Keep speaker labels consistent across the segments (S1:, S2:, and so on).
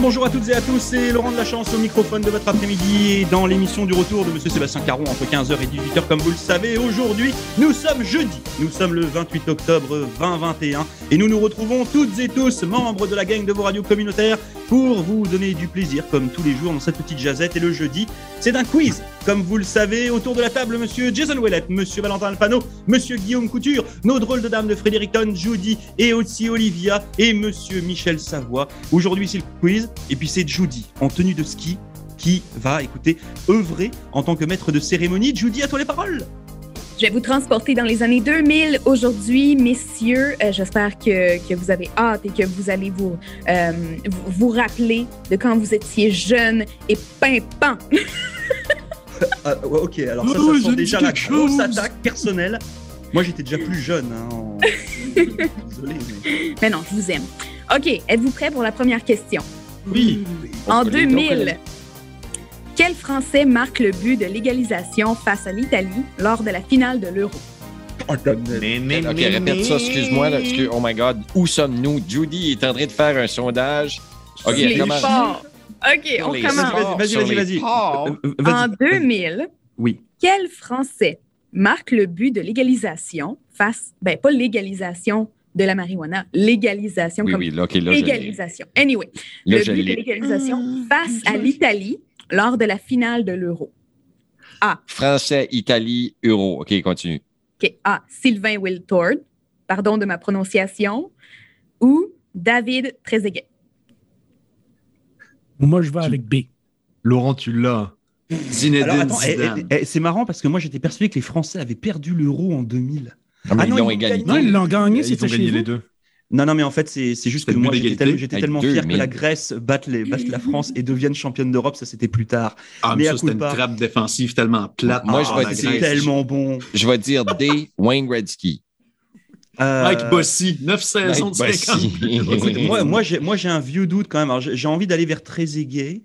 S1: bonjour à toutes et à tous, c'est Laurent de la Chance au microphone de votre après-midi et dans l'émission du retour de Monsieur Sébastien Caron entre 15h et 18h comme vous le savez. Aujourd'hui, nous sommes jeudi, nous sommes le 28 octobre 2021 et nous nous retrouvons toutes et tous membres de la gang de vos radios communautaires pour vous donner du plaisir comme tous les jours dans cette petite jazette et le jeudi, c'est un quiz. Comme vous le savez, autour de la table, Monsieur Jason Ouellet, Monsieur Valentin Alfano, Monsieur Guillaume Couture, nos drôles de dames de Fredericton, Judy et aussi Olivia et Monsieur Michel Savoie. Aujourd'hui, c'est le quiz et puis c'est Judy en tenue de ski qui va, écoutez, œuvrer en tant que maître de cérémonie. Judy, à toi les paroles.
S2: Je vais vous transporter dans les années 2000 aujourd'hui, messieurs. Euh, J'espère que, que, vous avez hâte et que vous allez vous, euh, vous rappeler de quand vous étiez jeune et pimpant.
S1: euh, ouais, ok, alors ça, ça sent déjà la grosse attaque personnelle. Moi, j'étais déjà plus jeune. Hein, en... Désolé.
S2: Mais... mais non, je vous aime. OK, êtes-vous prêts pour la première question?
S1: Oui.
S2: En 2000, quel Français marque le but de légalisation face à l'Italie lors de la finale de l'Euro?
S3: Oh, mais, mais, ok, répète ça, excuse-moi. Excuse oh my God, où sommes-nous? Judy est en train de faire un sondage.
S2: Ok, les commence. Sports. Ok, on les commence.
S1: Vas-y, vas-y, vas-y.
S4: Oh.
S3: Euh,
S1: Euh,
S2: En 2000,
S1: oui.
S2: quel Français marque le but de légalisation face, ben pas légalisation de la marijuana, légalisation.
S3: Oui,
S2: comme
S3: oui, là, okay, là,
S2: légalisation. Anyway,
S3: là,
S2: le but de légalisation mmh, face à l'Italie lors de la finale de l'Euro. A.
S3: Français, Italie, Euro. OK, continue.
S2: OK. A. Sylvain Wiltord, pardon de ma prononciation, ou David Trezeguet.
S5: Moi, je vais avec B.
S4: Laurent, tu l'as.
S1: Zinedine Zidane. eh, c'est marrant parce que moi, j'étais persuadé que les Français avaient perdu l'euro en 2000.
S3: Ah, mais ah non, ils l'ont gagné.
S5: Non, ils l'ont gagné, c'était
S4: chez vous. les deux.
S1: Non, non, mais en fait, c'est juste que moi, j'étais tel, tellement fier que la Grèce batte, les, batte la France et devienne championne d'Europe. Ça, c'était plus tard.
S4: Ah, mais, mais ça, c'était une trappe défensive tellement plate. Ah,
S3: Moi, je vais
S1: dire... tellement bon.
S3: Je vais dire D, Wayne Gretzky. Ben,
S4: Euh... Mike Bossy, 9 saisons Mike de 50.
S1: moi, moi j'ai un vieux doute quand même. J'ai envie d'aller vers Trezeguet.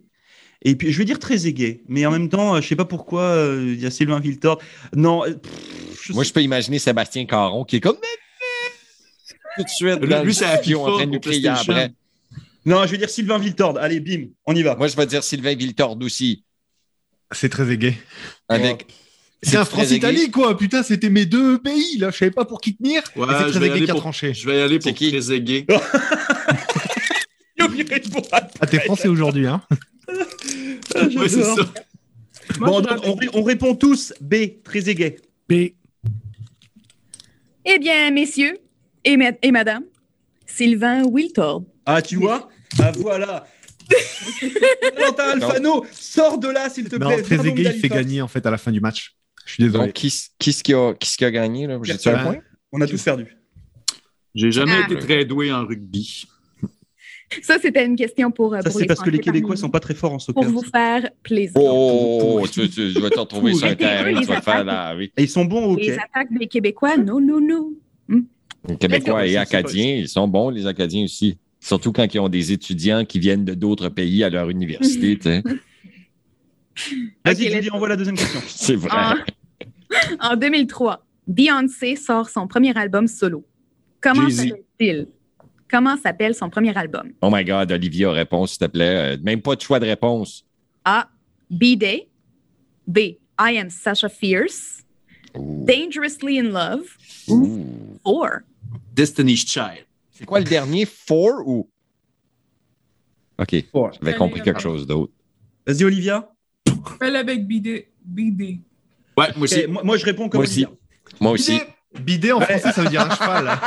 S1: Et puis, je vais dire Trezeguet. Mais en même temps, euh, je sais pas pourquoi euh, il y a Sylvain Viltord. Non. euh,
S3: Je moi, je peux imaginer Sébastien Caron qui est comme tout de suite.
S4: Le, lui, c'est Happy en train de crier après.
S1: Non, je vais dire Sylvain Viltord. Allez, bim, on y va.
S3: Moi, je vais dire Sylvain Viltord aussi.
S4: C'est très égay.
S3: Avec.
S4: C'est un France-Italie, quoi. Putain, c'était mes deux pays, là. Je savais pas pour qui tenir. Ouais, c'est très égay qui a pour... tranché.
S5: eh.
S4: Je vais aller pour qui très égay.
S5: ah, t'es français aujourd'hui, hein?
S4: ah, ouais, c'est ça.
S1: Moi, bon, donc, on, on, répond tous B, très égay.
S5: B.
S2: Eh bien, messieurs, et, ma et, madame, Sylvain Wiltord.
S1: Ah, tu vois Ah, voilà Valentin Alfano, sors de là, s'il te plaît.
S4: Non, Trezeguet, il fait gagner, en fait, à la fin du match. Je suis désolé.
S3: Donc, qui, qui, qui, a, qui a gagné là J'ai un point
S1: On a tous perdu.
S4: J'ai jamais ah. été très doué en rugby.
S2: Ça, c'était une question bah, pour.
S1: Ça, c'est parce que les Québécois sont pas très forts en soccer.
S2: Pour vous faire plaisir.
S3: Oh, tu, tu, vas t'en trouver sur Internet. Tu vas faire là, oui.
S1: Ils sont bons, ok.
S2: Les attaques des Québécois, non, non, non.
S3: Les Québécois et Acadiens, ils sont bons, les Acadiens aussi. Surtout quand ils ont des étudiants qui viennent de d'autres pays à leur université.
S1: Vas-y, Julie, envoie la deuxième question.
S3: C'est
S1: Ah.
S3: vrai.
S2: En, en, 2003, Beyoncé sort son premier album solo. Comment s'appelle-t-il? Comment s'appelle son premier album?
S3: Oh my God, Olivia, réponse, s'il te plaît. Euh, Même pas de choix de réponse.
S2: A. B-Day. B. I am Sasha Fierce. Ooh. Dangerously in Love. Ooh. Or
S4: Destiny's Child.
S3: C'est quoi le dernier? Four ou. OK. Four. J'avais compris quelque chose d'autre.
S1: Vas-y, Olivia.
S6: Elle avec BD. BD.
S3: Ouais, moi aussi. Okay,
S1: moi, moi, je réponds comme
S3: moi aussi. Moi aussi.
S4: Bidet en français, ça veut dire un cheval. Là.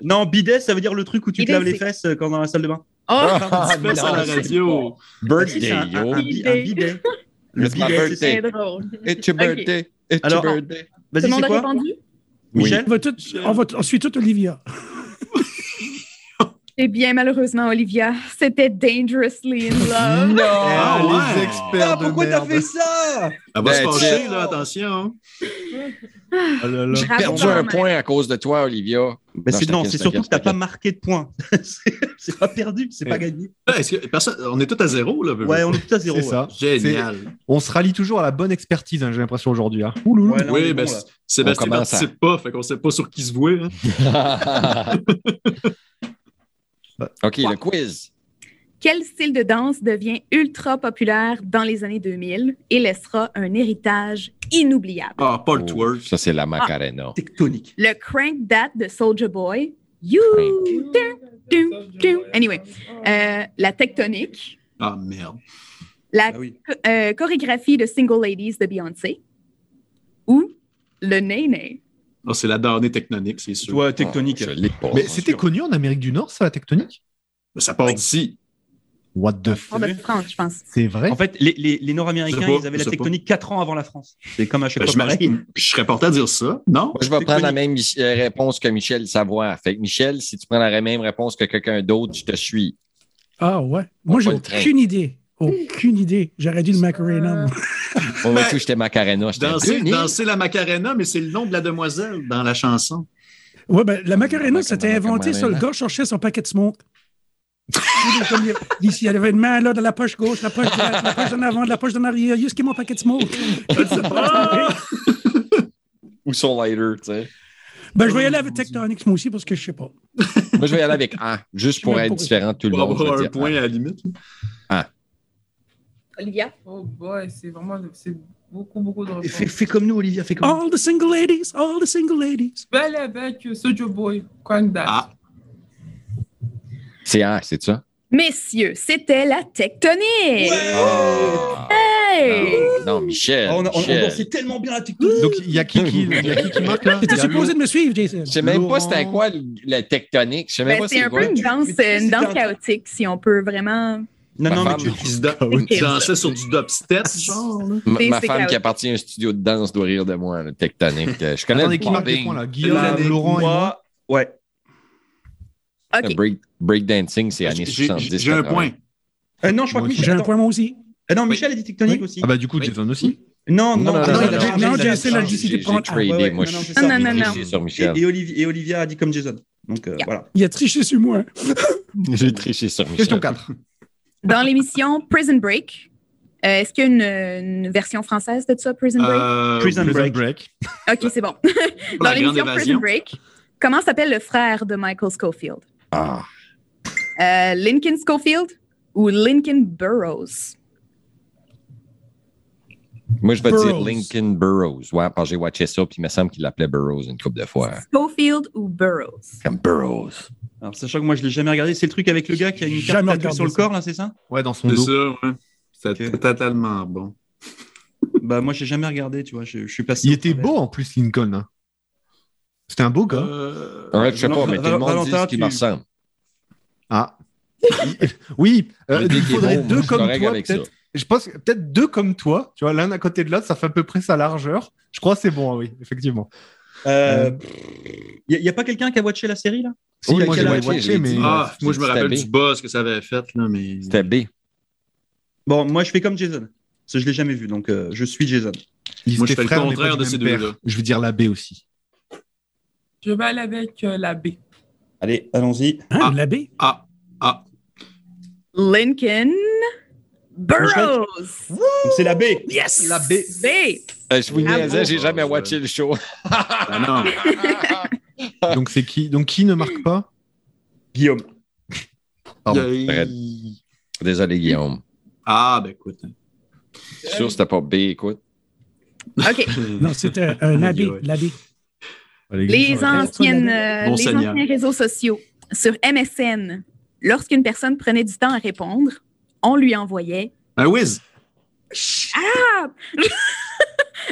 S1: non, bidet, ça veut dire le truc où tu bidet, te laves les fesses euh, quand dans la salle de bain.
S4: Oh, ah, non, à la radio.
S3: Birthday,
S1: un, yo. Un, bidet. Un bidet.
S3: Le bidet, c'est drôle. It's your birthday. Okay. It's
S1: Alors,
S3: your birthday.
S1: Vas-y, c'est quoi?
S2: Répondu?
S5: Michel? Oui. On va, on suit tout Olivia.
S2: eh bien, malheureusement, Olivia, c'était Dangerously in Love.
S3: non!
S4: Ah, ouais. les experts
S1: ah, pourquoi
S4: t'as
S1: fait ça? Bah,
S4: Elle va se pencher, là, attention.
S3: Ah,
S4: Oh
S3: J'ai perdu un point à cause de toi, Olivia.
S1: Ben c'est non, c'est surtout que tu n'as pas marqué de points. c'est pas perdu, c'est ouais. pas gagné.
S4: Ouais, est que personne, on est tout à zéro, là.
S1: Ouais, on est tout à zéro.
S4: C'est
S1: ouais.
S4: ça. Génial.
S5: On se rallie toujours à la bonne expertise, hein, j'ai l'impression aujourd'hui. Hein.
S4: oui, bah, mais Sébastien ne participe à... pas, fait qu'on ne sait pas sur qui se vouer. Hein.
S3: OK, le quiz.
S2: Quel style de danse devient ultra populaire dans les années 2000 et laissera un héritage inoubliable?
S4: Ah,
S3: Oh.
S4: Paul Twerk.
S3: Ça, c'est la
S1: Ah,
S3: Macarena.
S1: Tectonique.
S2: Le crank date de Soldier Boy. You. dun, dun, dun. Anyway, euh, la tectonique.
S4: Ah, merde.
S2: La
S1: Ah oui.
S2: euh, chorégraphie de Single Ladies de Beyoncé. Ou le néné.
S4: Ah, c'est la darnée tectonique, c'est
S1: Tu
S4: sûr.
S1: vois, tectonique.
S3: Je l'ai pas.
S5: Mais c'était connu en Amérique du Nord, ça, la tectonique
S4: Mais Ben, Ça part d'ici.
S5: What the f...
S2: En France, ben, je pense.
S5: C'est vrai
S1: Ah, En fait, les, les- les
S4: Je
S1: Nord-Américains,
S4: sais pas,
S1: ils avaient la
S4: je sais pas.
S1: tectonique 4 ans avant la France. C'est comme à chaque
S4: Ben,
S1: fois pareil.
S4: j'imagine- Je serais porté à dire ça, non?
S3: Moi, je vais
S1: C'est
S3: prendre la
S1: connu.
S3: même mis- euh, réponse que Michel Savoie. Fait que Michel, si tu prends la même réponse que quelqu'un d'autre, je te suis.
S7: Ah ouais. Moi, j'ai
S3: pas le train.
S7: aucune idée. Aucune idée. J'aurais dit le Macarena. moi.
S3: Moi,
S4: Ben,
S3: tout, j'étais Macarena. j'étais
S4: Danser,
S3: Ben, Denis.
S4: danser la Macarena, mais c'est le nom de la demoiselle dans la chanson.
S7: Ouais, ben, la Macarena,
S3: Macarena,
S7: c'était inventé. Ça, le
S3: Macarena.
S7: gars cherchait son paquet de smoke. Il est comme, il- il y avait une main là, dans la poche gauche, la poche droite, la poche d'en avant, la poche d'en arrière. Il y a ce qui est mon paquet de smoke.
S3: Ou son lighter, tu sais.
S7: Ben, je vais y aller avec Tectonics, moi aussi, parce que je sais pas.
S3: Moi, je vais y aller avec A, juste pour
S7: même
S3: être
S7: pas-
S3: différent de tout le
S4: Pour
S3: monde. je vais
S4: avoir un
S3: dire
S4: point
S3: A.
S4: à la limite.
S2: Olivia?
S6: Oh boy, c'est vraiment c'est beaucoup, beaucoup de
S1: Fais,
S6: réponses.
S1: fais comme nous, Olivia, fais comme nous.
S7: All the single ladies, all the single ladies.
S6: Je vais aller avec euh, Soulja Boy, Crank That.
S4: Ah.
S3: C'est A, c'est ça?
S2: Messieurs, c'était la tectonique!
S3: Ah.
S2: Hey! Ben,
S3: Non, non, Michel.
S1: Ah, on, a- on- on
S3: Michel.
S1: dansait tellement bien la tectonique.
S5: Donc, il y a qui qui, il y a qui, qui marque là
S7: T'étais
S5: Il y a
S7: supposé de me suivre, Jason.
S3: Je sais même pas
S5: Laurent.
S3: c'était quoi le- la tectonique. Je sais même
S2: Ben,
S3: pas
S2: c'est
S3: c'est
S2: un
S3: quoi.
S2: peu une danse,
S1: tu sais,
S2: une danse
S1: c'est un-
S2: chaotique, si on peut vraiment.
S1: Non,
S3: Ma
S1: non, mais
S3: femme.
S1: tu-
S4: Qui se dan- qui dansait sur du dubstep, genre. là.
S3: Ma, ma
S2: c'est
S3: femme qui
S2: chaotique.
S3: appartient à un studio de danse doit rire de moi, le tectonique. Euh, Je connais
S5: Attendez,
S3: le
S5: qui marque les
S3: popping,
S5: points là
S1: L'année,
S5: Guillaume, Bah, Laurent et moi.
S1: moi, ouais.
S3: le
S2: OK.
S3: break, breakdancing, c'est années
S4: Ah, J'ai
S3: 70.
S4: j'ai un
S3: 80.
S4: point.
S1: Euh, non, je crois que
S5: Moi aussi.
S7: J'ai
S1: Michel.
S7: un
S1: attends.
S7: point, moi aussi.
S1: Euh, non, Michel a dit tectonique
S5: Oui.
S1: aussi.
S5: Ah bah du coup, Jason aussi.
S1: Non, non,
S3: Non, non,
S1: ah
S7: non,
S1: il a
S7: non,
S1: changé,
S7: non,
S1: il a
S7: Jason
S1: changé.
S7: a dit
S3: J'ai j'ai
S7: décidé de prendre A.
S3: tradé,
S1: Ouais, ouais,
S3: moi
S1: non,
S3: je
S1: non,
S3: suis
S1: c'est ça.
S3: sur
S2: Non, non,
S3: Michel,
S2: non.
S3: j'ai sur Michel.
S1: Et, et Olivier- et Olivia a dit comme Jason. Donc euh,
S2: Yeah.
S1: voilà.
S7: Il a triché sur moi.
S3: J'ai triché sur Michel.
S5: Question 4.
S2: Dans l'émission Prison Break, euh, est-ce qu'il y a une, une version française de ça, Prison Break?
S4: Euh,
S1: Prison Break.
S2: OK, c'est bon.
S4: pour
S2: Dans
S4: la grande
S2: l'émission Prison
S4: évasion.
S2: Break, comment s'appelle le frère de Michael Schofield?
S3: Ah,
S2: Euh, Lincoln Schofield ou Lincoln Burroughs?
S3: moi, je vais dire
S7: Burroughs.
S3: Lincoln Burroughs. Ouais, parce que j'ai watché ça, puis il me semble qu'il l'appelait Burroughs une couple de fois.
S2: Schofield ou Burroughs?
S3: Comme Burroughs.
S1: Alors, sachant que moi, je l'ai jamais regardé. C'est le truc avec le gars qui a une carte
S7: Jamais
S1: tatouée
S7: regardé
S1: sur le
S7: ça.
S1: corps, là, c'est ça
S5: Ouais, dans son
S4: C'est
S5: dos.
S4: ça, ouais. C'était
S1: Ok.
S4: totalement bon.
S1: Bah, moi, j'ai jamais regardé, tu vois. Je, je suis passé.
S5: Il
S1: au
S5: était
S1: travers.
S5: beau en plus, Lincoln. hein. C'était un beau gars.
S4: Euh,
S3: Ouais, je sais pas, mais tout le monde dit
S1: Valentin,
S3: ce qui me
S1: tu-
S3: ressemble.
S5: Ah. oui, euh,
S3: Dès
S5: il
S3: qu'il est
S5: faudrait
S3: bon, moi,
S5: deux
S3: je suis
S5: comme
S3: correct
S5: toi,
S3: avec ça.
S5: peut-être. Je pense que peut-être deux comme toi, tu vois, l'un à côté de l'autre, ça fait à peu près sa largeur. Je crois que c'est bon, ah oui, effectivement.
S1: Euh, Il n'y a, pas quelqu'un qui a watché la série, là
S4: Oh,
S5: Si,
S3: Oui,
S5: moi,
S3: j'ai
S5: j'ai
S3: watché,
S5: watché,
S3: je l'ai
S5: mais-
S3: dit.
S4: Ah, moi, je me
S3: C'était
S4: rappelle
S3: B.
S4: du boss que ça avait fait, là, mais.
S3: C'était B.
S1: Bon, moi, je fais comme Jason. Parce que je l'ai jamais vu, donc euh, je suis Jason.
S5: Ils
S4: Moi, je fais
S5: étaient
S4: le
S5: frères, mais
S4: contraire
S5: pas
S4: de
S5: du
S4: ces
S5: même père.
S4: deux-là.
S5: Je veux dire la B aussi.
S6: Je vais aller avec euh, la B.
S1: Allez, allons-y.
S7: Hein,
S4: Ah.
S7: l'abbé?
S4: Ah, ah.
S2: Lincoln Burroughs!
S1: Donc, C'est la B.
S7: Yes!
S5: La B.
S2: B!
S3: Euh, je vous
S2: Ah
S3: niaisais,
S2: bon? Euh,
S3: j'ai jamais watché le show.
S4: Ah non. Ah.
S5: Donc c'est qui Donc qui ne marque pas
S1: Guillaume.
S3: Pardon,
S4: Il-
S3: arrête. Désolé, Guillaume.
S4: Ah, ben écoute.
S3: Je suis sûr que c'était pas B, écoute.
S2: OK.
S7: Non, c'était un abbé.
S4: Ouais.
S7: L'abbé.
S2: Les anciennes, euh,
S4: Bon
S2: les
S4: Seigneur.
S2: anciens réseaux sociaux. Sur MSN, lorsqu'une personne prenait du temps à répondre, on lui envoyait
S4: Un whiz.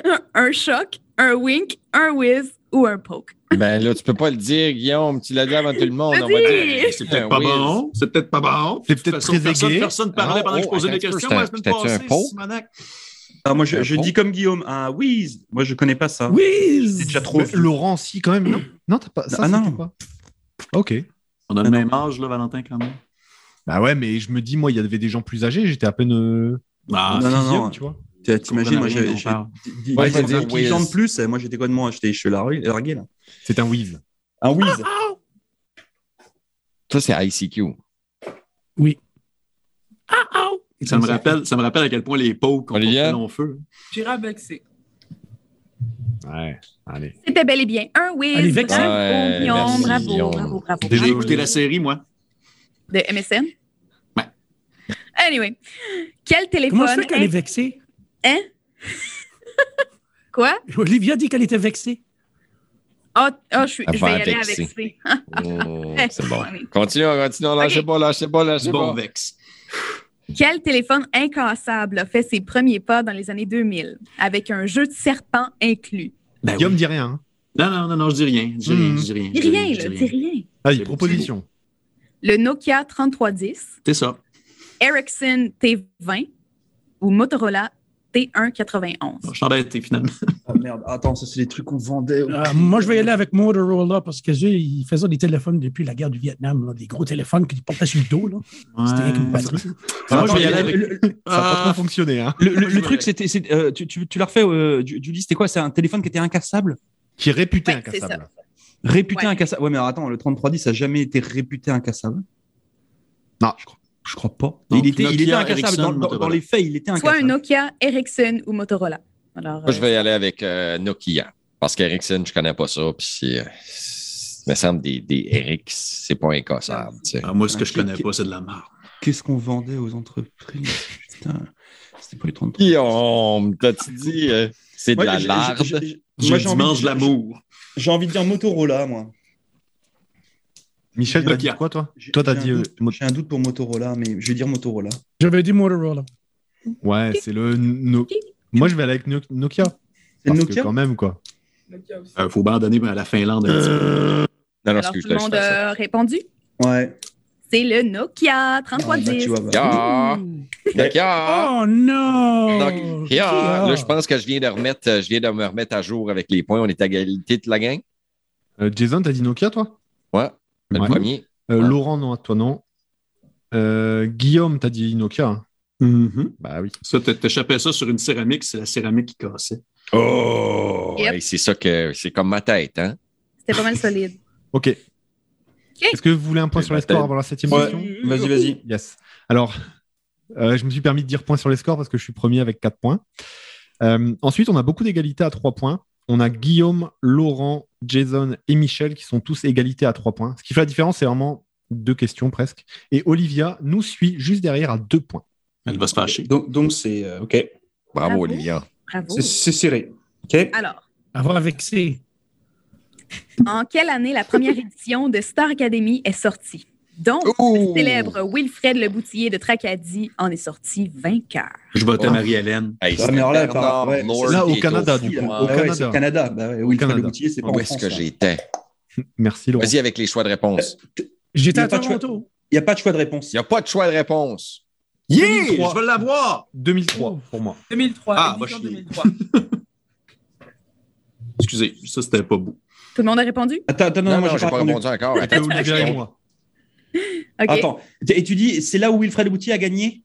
S2: un, un choc, un wink, un whiz ou un poke.
S3: Ben là, tu peux pas le dire, Guillaume. Tu l'as dit avant tout le monde.
S2: Je
S3: On va
S2: dis.
S3: dire.
S4: C'est peut-être
S3: un
S4: pas
S3: whiz.
S4: bon. C'est peut-être pas bon.
S5: C'est
S4: De toute
S5: peut-être
S4: façon,
S5: très
S4: personne,
S5: aigué.
S4: personne parlait
S3: Ah,
S4: pendant que je
S3: oh,
S4: posais
S3: attends
S4: des
S3: un peu,
S4: questions
S3: c'était-
S4: moi, la semaine
S3: c'était-tu un
S4: passée.
S3: pot?
S4: Simonac.
S1: Ah, moi, je,
S3: Un
S1: je
S3: bon.
S1: dis comme Guillaume. Ah, Wheeze. Moi, je connais pas ça.
S7: Whiz!
S1: C'est Ah. déjà trop. vieux.
S5: Laurent, si, quand même, non Non, t'as pas. Ça,
S1: Ah,
S5: c'était
S1: non.
S5: pas. Ok.
S4: On a le même âge, là, Valentin, quand même.
S5: Bah ouais, mais je me dis, moi, il y avait des gens plus âgés, j'étais à peine. euh,
S4: Ah,
S1: Non, non,
S5: sixième,
S1: non.
S5: tu vois.
S1: T'as- T'imagines, moi,
S4: Je comprends
S1: j'ai
S4: rien, on parle.
S1: dix- dix-
S3: Ouais, je vais
S1: dix-
S3: dire
S1: dix
S3: Wiz.
S1: ans de plus. Moi, j'étais quoi de moi J'étais- Je suis largué, largué, là. Ah,
S5: C'est un whiz.
S1: Un Wheeze.
S3: Ça, c'est ICQ.
S4: ça me rappelle, ça me rappelle à quel point les pauvres qu'on
S3: Olivier?
S4: fait long feu.
S6: J'irai avec C.
S5: Ouais, allez.
S2: C'était bel et bien un
S7: Allez,
S2: whiz,
S7: Vex.
S2: un
S3: Ouais,
S2: poke. Guillaume,
S3: Ah, euh, merci,
S2: bravo,
S3: Guillaume.
S2: bravo, bravo,
S4: J'ai
S2: bravo.
S4: écouté la série, moi.
S2: De MSN?
S4: Ouais.
S2: Anyway, quel téléphone.
S7: Comment je fais qu'elle est
S2: est...
S7: vexée?
S2: Hein? Quoi?
S7: Olivia dit qu'elle était vexée.
S2: Ah, ah, je, suis-
S3: Elle
S2: je
S3: va
S2: vais y aller
S3: vexer.
S2: avec C.
S3: Oh, c'est bon. Continuons, continuons. Lâchez
S2: Ok.
S3: pas, lâchez pas, lâchez
S4: Bon,
S1: ben,
S3: pas.
S4: Vex.
S2: Quel téléphone incassable a fait ses premiers pas dans les années 2000 avec un jeu de serpent inclus?
S7: Ben
S5: Guillaume dit rien. hein.
S4: Non, non, non, non, je dis rien. Je dis rien,
S5: Mm.
S4: je dis rien.
S2: Dis
S4: je dis
S2: rien,
S4: je
S2: là,
S4: dis
S2: dis rien.
S5: Allez,
S4: C'est beau,
S5: Ah, proposition.
S2: Le Nokia 3310,
S4: C'est ça.
S2: Ericsson T20 ou Motorola
S4: Bon, je
S2: T191?
S4: suis embêté, finalement.
S1: Ah merde, attends, ça c'est les trucs qu'on vendait.
S7: Euh, moi, je vais y aller avec Motorola parce que eux, ils faisaient des téléphones depuis la guerre du Vietnam, là, des gros téléphones qu'ils portaient sur le dos. Là. C'était rien qu'une
S4: Ouais.
S7: batterie.
S4: Ah, moi, je vais y aller
S1: Le-
S4: avec.
S1: le- le-
S5: Ça n'a pas trop
S4: Ah,
S5: fonctionné. Hein.
S1: le- le
S4: Moi, je vais
S1: truc,
S4: y
S1: c'était. c'est- euh, tu tu, tu l'as refait, euh, Ju- Julie, c'était quoi C'est un téléphone qui était incassable
S5: Qui est réputé
S2: Ouais, c'est
S5: incassable.
S1: Réputé
S2: Ouais.
S1: incassable. Ouais, mais alors, attends, le 3310 ça a jamais été réputé incassable.
S5: Non, je crois.
S1: Je crois pas.
S4: Donc,
S1: il était, il était
S4: Nokia,
S1: incassable.
S4: Ericsson,
S1: dans, dans-
S4: Motorola.
S1: dans les faits, il était
S2: Soit
S1: incassable.
S2: un Nokia, Ericsson ou Motorola. Alors,
S3: Moi, je
S2: euh,
S3: vais y aller avec euh, Nokia. Parce qu'Ericsson, je connais pas ça. Puis, c'est, euh, il me semble des, des Erics, c'est pas incassable. tu sais.
S4: Ah, moi, ce que je connais pas, c'est de la merde.
S1: Qu'est-ce qu'on vendait aux entreprises Putain, c'était pas les 3310.
S3: Guillaume, t'as-tu dit, euh, c'est de
S1: Ouais,
S3: la
S1: je- je- je-
S3: larde?
S1: je-
S4: Moi,
S1: moi, j'ai
S4: je
S1: envie-
S4: mange l'amour.
S1: J'ai envie de dire Motorola, moi.
S5: Michel, t'as dit
S4: Nokia.
S5: quoi, toi
S1: J'ai-
S5: Toi, t'as
S1: j'ai un
S5: dit. euh,
S1: doute-
S5: mot-
S1: J'ai un doute pour Motorola, mais je vais dire Motorola.
S7: J'avais dit Motorola.
S5: Ouais, c'est le. No- Moi, je vais aller avec No- Nokia.
S1: C'est
S5: Parce que
S1: Nokia
S5: quand même, quoi.
S6: Nokia aussi.
S4: Il Euh, faut abandonner à la Finlande. un petit peu.
S3: Non, non,
S2: alors
S3: excuse
S2: tout le monde a répondu.
S1: Ouais.
S2: C'est le Nokia
S1: Ah, bah, tu
S2: 3310.
S1: vois, bah.
S2: euh,
S3: Nokia! Nokia!
S7: Oh non!
S3: Nokia! Là, je pense que je viens, de remettre, euh, je viens de me remettre à jour avec les points. On est à égalité de la gang.
S5: Euh, Jason, t'as dit Nokia, toi
S3: Ouais, le
S5: Ouais.
S3: premier.
S5: Euh,
S3: Ouais.
S5: Laurent, non, toi, non. Euh, Guillaume, t'as dit Nokia. hein
S4: Mhm.
S5: Bah oui.
S4: Ça, t'é- t'échappais ça sur une céramique, c'est la céramique qui cassait.
S3: Oh!
S2: Yep.
S3: Hey, c'est ça que c'est comme ma tête, hein?
S2: C'était pas mal solide.
S5: Ok. Est-ce que vous voulez un point
S3: Eh
S5: sur
S3: ben,
S5: les scores
S3: t'as-
S5: avant la septième
S1: Ouais,
S5: question
S1: Vas-y, vas-y.
S5: Yes. Alors, euh, je me suis permis de dire point sur les scores parce que je suis premier avec 4 points. Euh, ensuite, on a beaucoup d'égalités à 3 points. On a Guillaume, Laurent, Jason et Michel qui sont tous égalités à 3 points. Ce qui fait la différence, c'est vraiment deux questions presque. Et Olivia nous suit juste derrière à 2 points.
S4: Elle va se fâcher.
S1: Ah, Donc, donc c'est. euh, ok.
S3: Bravo,
S2: Bravo.
S3: Olivia.
S2: Bravo.
S3: Oh.
S1: C'est- C'est serré. Ok.
S3: Ah,
S2: Alors,
S7: Avoir vexé.
S2: en quelle année la première édition de Star Academy est sortie? Donc,
S3: Oh!
S2: le célèbre Wilfred Le Boutillier de Tracadie en est sorti vainqueur.
S4: Je votais
S3: Ouais.
S4: Marie-Hélène.
S3: Hey,
S1: Ah, mais alors là,
S3: Bernard
S1: par- ouais,
S3: Lord
S5: là, au
S3: qui est
S5: Canada,
S3: fou,
S5: du coup.
S3: hein.
S1: Au
S5: Au Canada.
S1: Canada. c'est au Canada. Bah, ouais, oui,
S5: Canada.
S1: le Boutier, c'est pas
S3: Où
S1: en
S3: est-ce
S1: France. hein.
S3: que
S1: Il
S3: j'étais?
S5: Merci Laurent.
S3: Vas-y avec les choix de réponse.
S1: Il
S7: J'étais
S1: y
S7: à
S1: a pas de
S7: Toronto.
S1: n'y a pas de choix de réponse.
S3: Il n'y a pas de choix de réponse.
S4: Yeah! Je vais l'avoir!
S5: 2003 pour moi.
S6: 2003.
S4: Ah,
S6: Ah,
S4: moi, je suis-
S6: 2003.
S4: Excusez, ça, c'était pas beau.
S2: Tout le monde a répondu?
S1: Attends, attends, non,
S3: Non, non,
S1: moi,
S3: j'ai pas répondu encore.
S5: C'était
S3: Attends,
S5: Olivia et moi.
S2: OK.
S1: Attends. Et tu dis, c'est là où Wilfred Le Boutier a gagné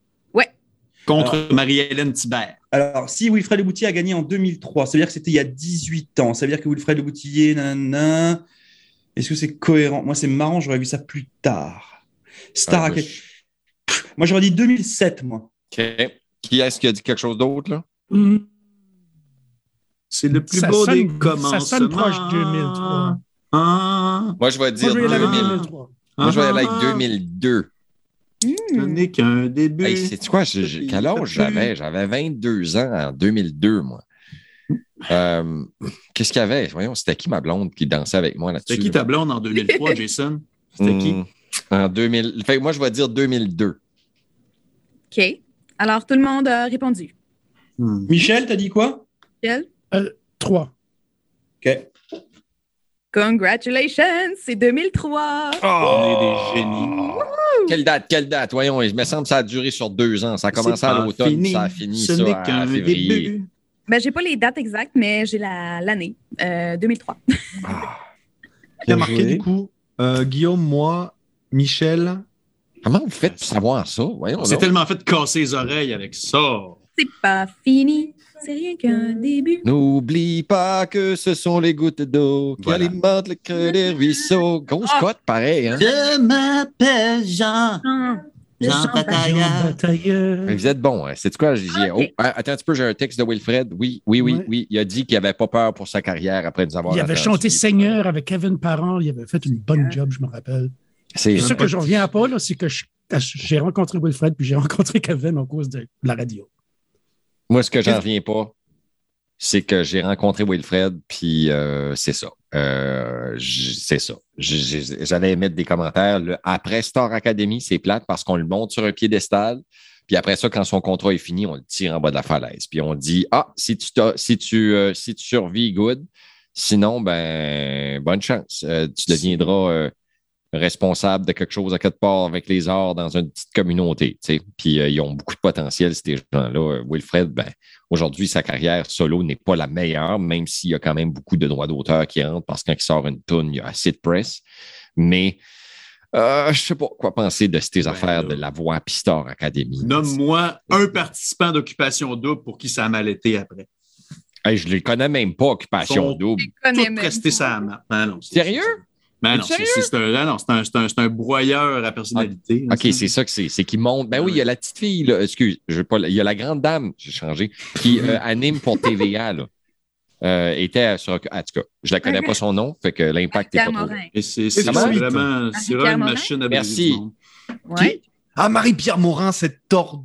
S4: Contre Marie-Hélène Thibert.
S1: Alors, si Wilfred Le Boutier a gagné en 2003, ça veut dire que c'était il y a 18 ans. Ça veut dire que Wilfred Le Boutier, nanana. Est-ce que c'est cohérent Moi, c'est marrant, j'aurais vu ça plus tard. Star
S3: Ah,
S1: Acad-
S3: moi,
S1: moi, j'aurais dit 2007, moi.
S3: je- OK. Qui est-ce qui a dit quelque chose d'autre, là?
S7: Hmm.
S4: C'est le plus
S7: Ça
S4: beau
S7: sonne-
S4: des commencements.
S7: ça sonne proche 2003.
S4: Ah,
S3: Moi, je vais
S7: Moi,
S3: dire
S7: je vais y aller avec
S4: Ah.
S7: 2003.
S3: Moi, je vais y aller
S4: ah,
S3: avec 2002.
S4: Ce
S2: Hmm.
S4: n'est qu'un début.
S3: Hey, c'est quoi? j'ai- j'ai- quel âge j'avais? J'avais 22 ans en 2002, moi. Euh, Qu'est-ce qu'il y avait? Voyons, c'était qui ma blonde qui dansait avec moi là-dessus?
S4: C'était qui ta blonde en 2003, Jason? C'était qui?
S3: Hmm. En 2000. Fait que moi, je vais dire 2002.
S2: OK. Alors, tout le monde a répondu.
S4: Hmm.
S1: Michel, t'as dit quoi
S2: Michel?
S7: Trois.
S1: Ok.
S2: Congratulations! C'est 2003!
S4: Oh,
S1: Oh.
S4: On est des génies.
S3: Quelle date? Quelle date? Voyons, il me semble que ça a duré sur deux ans. Ça a commencé
S4: C'est
S3: à
S4: pas
S3: l'automne,
S4: fini.
S3: puis ça a fini
S4: Ce
S3: ça,
S4: n'est
S3: à
S4: qu'un
S3: février.
S4: début.
S2: Ben, j'ai pas les dates exactes, mais j'ai la- l'année. Euh, 2003.
S5: Qui a
S1: Bien
S5: marqué
S1: joué.
S5: du coup euh, Guillaume, moi, Michel.
S3: Comment vous faites pour savoir ça? Voyons.
S4: On s'est
S3: donc.
S4: tellement fait casser les oreilles avec ça.
S2: C'est pas fini. C'est rien qu'un
S1: Mmh.
S2: début.
S3: N'oublie pas que ce sont les gouttes d'eau qui
S4: Voilà.
S3: alimentent le creux des ruisseaux. Grosse
S2: Ah.
S3: cote, pareil. Hein?
S4: Je m'appelle Jean.
S2: Ah, le
S4: Jean
S2: chant
S4: Pataille.
S7: Jean
S4: Tailleur.
S7: Batailleur.
S3: Mais Vous êtes bon. Hein? C'est quoi? Je disais,
S2: Ah, ok.
S3: oh, ah, attends un petit peu, j'ai un texte de Wilfred. Oui, oui, oui,
S7: Ouais.
S3: oui. Il a dit qu'il n'avait pas peur pour sa carrière après nous avoir
S7: Il avait
S3: entendu.
S7: chanté Seigneur avec Kevin Parent. Il avait fait une bonne job, je me rappelle.
S3: C'est
S7: C'est ça que je reviens à pas, là, c'est que je j'ai rencontré Wilfred, puis j'ai rencontré Kevin en cause de la radio.
S3: Moi, ce que j'en reviens pas, c'est que j'ai rencontré Wilfred, puis euh, c'est ça. Euh, j- c'est ça. J- j- J'allais mettre des commentaires. Le- après Star Academy, c'est plate parce qu'on le monte sur un piédestal. Puis après ça, quand son contrat est fini, on le tire en bas de la falaise. Puis on dit Ah, si tu, t'as- si tu, euh, si tu survis, good. Sinon, ben, bonne chance. Euh, tu deviendras euh, responsable de quelque chose à quelque part avec les arts dans une petite communauté. tu sais. Puis euh, ils ont beaucoup de potentiel, ces gens-là. Euh, Wilfred, ben, Aujourd'hui, sa carrière solo n'est pas la meilleure, même s'il y a quand même beaucoup de droits d'auteur qui rentrent parce que quand il sort une toune, il y a assez de presse. Mais euh, je sais pas quoi penser de ces affaires
S4: là.
S3: de la voix Pistor Academy.
S4: Nomme-moi un participant d'Occupation Double pour qui ça a mal été après.
S3: Hey, je les connais même pas, Occupation
S4: Sont-
S3: Double.
S2: connais
S4: Tout
S2: Ah, même
S4: resté
S2: pas.
S4: ça à map. Ah non, c'est-
S3: Sérieux?
S4: Ben non,
S3: T'es
S4: c'est- c'est c'est un, ah non, c'est un, c'est un- c'est un broyeur à personnalité. hein,
S3: OK, c'est ça que c'est. C'est qu'ils montent. Ben
S4: Ah
S3: oui, il y a
S4: oui.
S3: la petite fille, là. Excuse, je veux pas. la- Il y a la grande dame, j'ai changé, qui euh, anime pour TVA, là. Euh, était sur. En tout cas, je la connais pas son nom, fait que l'impact est pas
S2: Pierre
S3: trop.
S2: Morin.
S4: Et c'est c'est
S3: ça va?
S4: vraiment, c'est vraiment
S2: Pierre
S4: une
S2: Morin?
S4: machine à
S3: Merci.
S4: briser du monde.
S2: Ouais.
S5: Ah, Marie-Pierre Morin, cette tordue.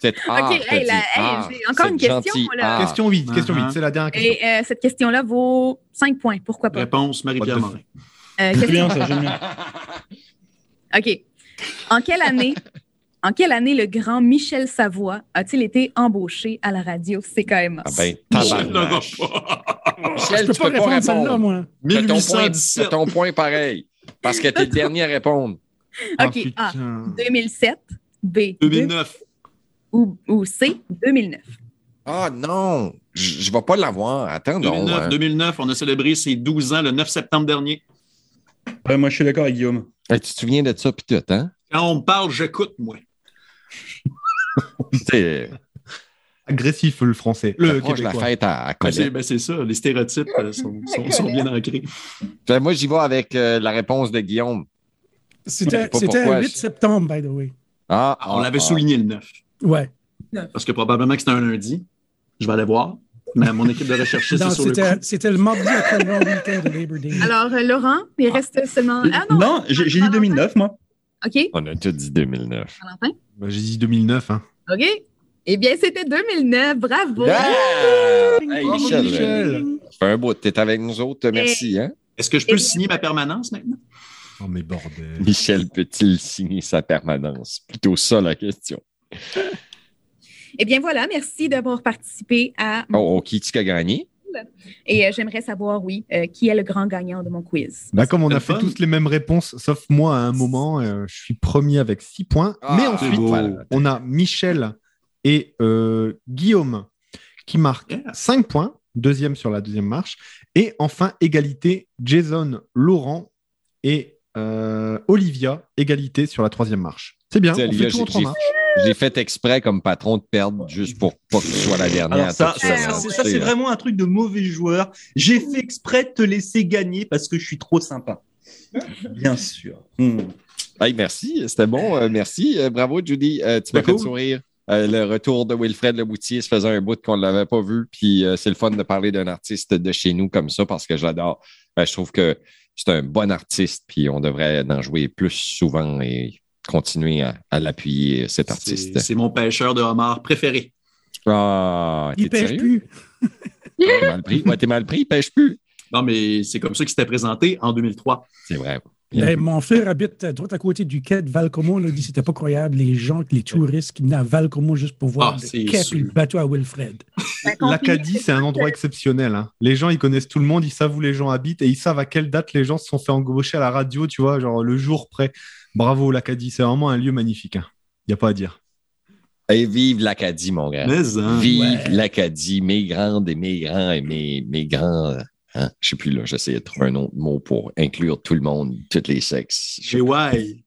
S3: Cette art,
S2: OK, hey,
S3: dit, Ah,
S2: la- hey,
S3: art,
S2: j'ai encore une
S3: cette
S2: question,
S3: gentille
S2: moi, là.
S3: art.
S5: Question 8, question
S4: Uh-huh.
S5: 8, c'est la dernière question.
S2: Et euh, cette question-là vaut 5 points. Pourquoi pas?
S4: Réponse, Marie-Pierre
S5: What the
S4: Morin.
S2: Euh,
S1: J'aime
S2: question-
S1: bien, ça, j'aime bien.
S2: OK. En quelle année, en quelle année le grand Michel Savoie a-t-il été embauché à la radio CKMA?
S3: Ah ben,
S4: Je
S3: tabarnache.
S4: l'aurai pas.
S3: Michel,
S7: je peux
S3: tu peux pas
S7: répondre celle-là,
S3: répondre.
S7: moi.
S3: T'as ton point- t'as
S4: 1817.
S3: ton point pareil. Parce que t'es le dernier à répondre.
S5: Ah,
S2: OK,
S5: putain.
S2: A, 2007, B,
S4: 2009.
S2: Ou, ou C, 2009.
S3: Ah non, je je vais pas l'avoir. Attends, donc.
S4: 2009,
S3: hein.
S4: 2009, on a célébré ses 12 ans le 9 septembre dernier.
S1: Ouais, moi, je suis d'accord avec Guillaume.
S3: Hey, Tu te souviens de ça, puis tout, hein?
S4: Quand on me parle, j'écoute, moi.
S3: C'était
S5: Agressif, le français. Le
S3: le la
S5: québécois.
S3: fête à, à
S4: Ben, c'est
S3: Colette.
S4: ben, c'est ça, les stéréotypes euh, sont, sont- sont bien ancrés.
S3: Fait, Ben, moi, j'y vais avec euh, la réponse de Guillaume.
S7: C'était
S3: pas
S7: c'était
S3: pourquoi,
S7: le 8
S3: je-
S7: septembre, by the way.
S3: Ah,
S4: Ah, on
S3: ah,
S4: l'avait
S3: ah.
S4: souligné le 9,
S7: Ouais.
S4: parce que probablement que c'était un lundi. Je vais aller voir, mais mon équipe de recherchistes
S7: Non,
S4: est sur le
S7: C'était
S4: coup.
S7: c'était le mardi après le long week-end de Labor Day.
S2: Alors, euh, Laurent, il reste seulement.
S3: Euh,
S2: Ah non,
S1: Non, j'ai j'ai dit 2009, moi.
S2: OK,
S3: On a tout dit 2009.
S2: Valentin.
S5: Bah, J'ai dit 2009. Hein.
S2: OK. Eh bien, c'était 2009. Bravo.
S3: Yeah! Hey,
S5: Bravo,
S3: Michel,
S5: Oh, Michel.
S3: euh, ça fait un bout. T'es avec nous autres, merci. Hein?
S4: Est-ce que je peux signer ma permanence maintenant?
S5: Oh, mais bordel.
S3: Michel peut-il signer sa permanence? Plutôt ça la question.
S2: Eh bien, voilà, merci d'avoir participé à.
S3: Oh, oh, qui qui a gagné?
S2: Et euh, j'aimerais savoir, oui, euh, qui est le grand gagnant de mon quiz.
S5: Bah, comme on a
S4: le
S5: fait
S4: fun.
S5: tous les mêmes réponses, sauf moi à un moment, euh, je suis premier avec 6 points. mais
S3: Ah,
S5: ensuite,
S4: beau.
S5: on a Michel et euh, Guillaume qui marquent
S4: Yeah.
S5: 5 points, deuxième sur la deuxième marche. Et enfin, égalité, Jason, Laurent et euh, Olivia, égalité sur la troisième marche. C'est bien,
S3: Tiens,
S5: on
S3: les
S5: fait
S3: gars,
S5: tout en
S3: j'ai-
S5: trois
S3: j'ai-
S5: marches.
S3: J'ai fait exprès comme patron de perdre juste pour pas que tu sois la
S4: Ah,
S3: dernière.
S1: Alors ça,
S3: toute
S1: ça,
S3: semaine,
S1: c'est-
S3: tu
S1: ça,
S3: sais,
S1: c'est
S3: là.
S1: vraiment un truc de mauvais joueur. J'ai fait exprès de te laisser gagner parce que je suis trop sympa. Bien sûr. Hmm.
S3: Hey, merci, c'était bon. euh, merci. Euh, bravo, Judy. Euh, tu m'as fait
S4: cool.
S3: sourire. Euh, le retour de Wilfred Leboutier, ça faisait un bout qu'on ne l'avait pas vu. Puis euh, c'est le fun de parler d'un artiste de chez nous comme ça parce que j'adore. Euh, je trouve que c'est un bon artiste, puis on devrait en jouer plus souvent et continuer à, à l'appuyer, cet
S4: C'est
S3: artiste.
S4: c'est mon pêcheur de homard préféré.
S3: Ah,
S7: Il
S3: t'es
S7: pêche
S3: sérieux?
S7: plus.
S3: T'es mal pris. Ouais, t'es mal pris, pêche plus.
S4: Non, mais c'est comme ça qu'il s'était présenté en 2003.
S3: C'est vrai.
S7: Ben, mon frère habite à droite à côté du quai de Valcomo. Là, il dit c'était pas croyable les gens, les touristes qui venaient à Valcomo juste pour voir
S4: Ah,
S7: le
S4: c'est
S7: quai
S4: sûr.
S7: puis le bateau à Wilfred.
S5: L'Acadie, c'est un endroit exceptionnel. hein. Les gens, ils connaissent tout le monde, ils savent où les gens habitent et ils savent à quelle date les gens se sont fait embaucher à la radio, tu vois, genre le jour près. Bravo, l'Acadie, c'est vraiment un lieu magnifique. Il n'y a pas à dire.
S3: Et vive l'Acadie, mon gars.
S4: Mais, hein,
S3: Vive l'Acadie, mes grandes et mes grands et mes, mes grands. Hein, je sais plus là, j'essayais de trouver un autre mot pour inclure tout le monde, tous les sexes. Je-
S4: chez Y.